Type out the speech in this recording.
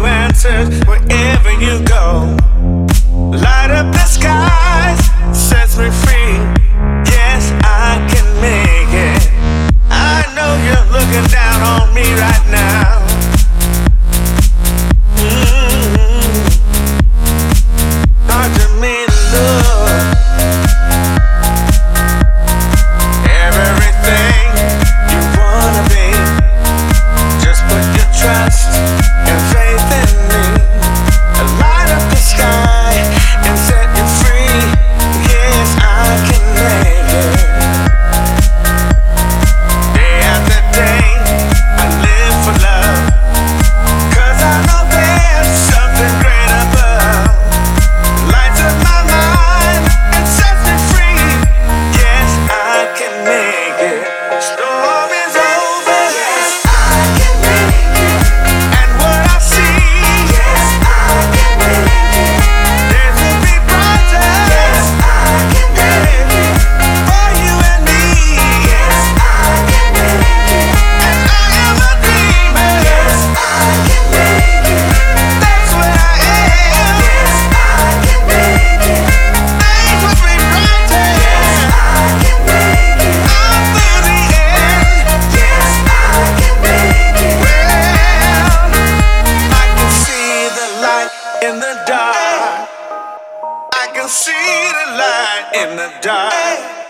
message wherever you go. Light up the skies, sets me free. Yes, I can make it. I know you're looking down on me right now. Mm. Mm-hmm. Hard to me look. Everything you wanna be. Just put your trust and faith in me. Light up the sky and set you free. Yes, I can make it. Day after day, I live for love. 'Cause I know there's something great above. Lights up my mind and sets me free. Yes, I can make it. Storm is over. Yes, I can make it. And what I see, yes, I can make it. There's a big brighter, yes, I can make it. For you and me, yes, I can make it. And I am a dreamer, yes, I can make it. That's what I am, yes, I can make it. Things will be brighter, yes, I can make it. Up through the end, yes, I can make it. Well. I can see the light in the dark. I can see the light in the dark.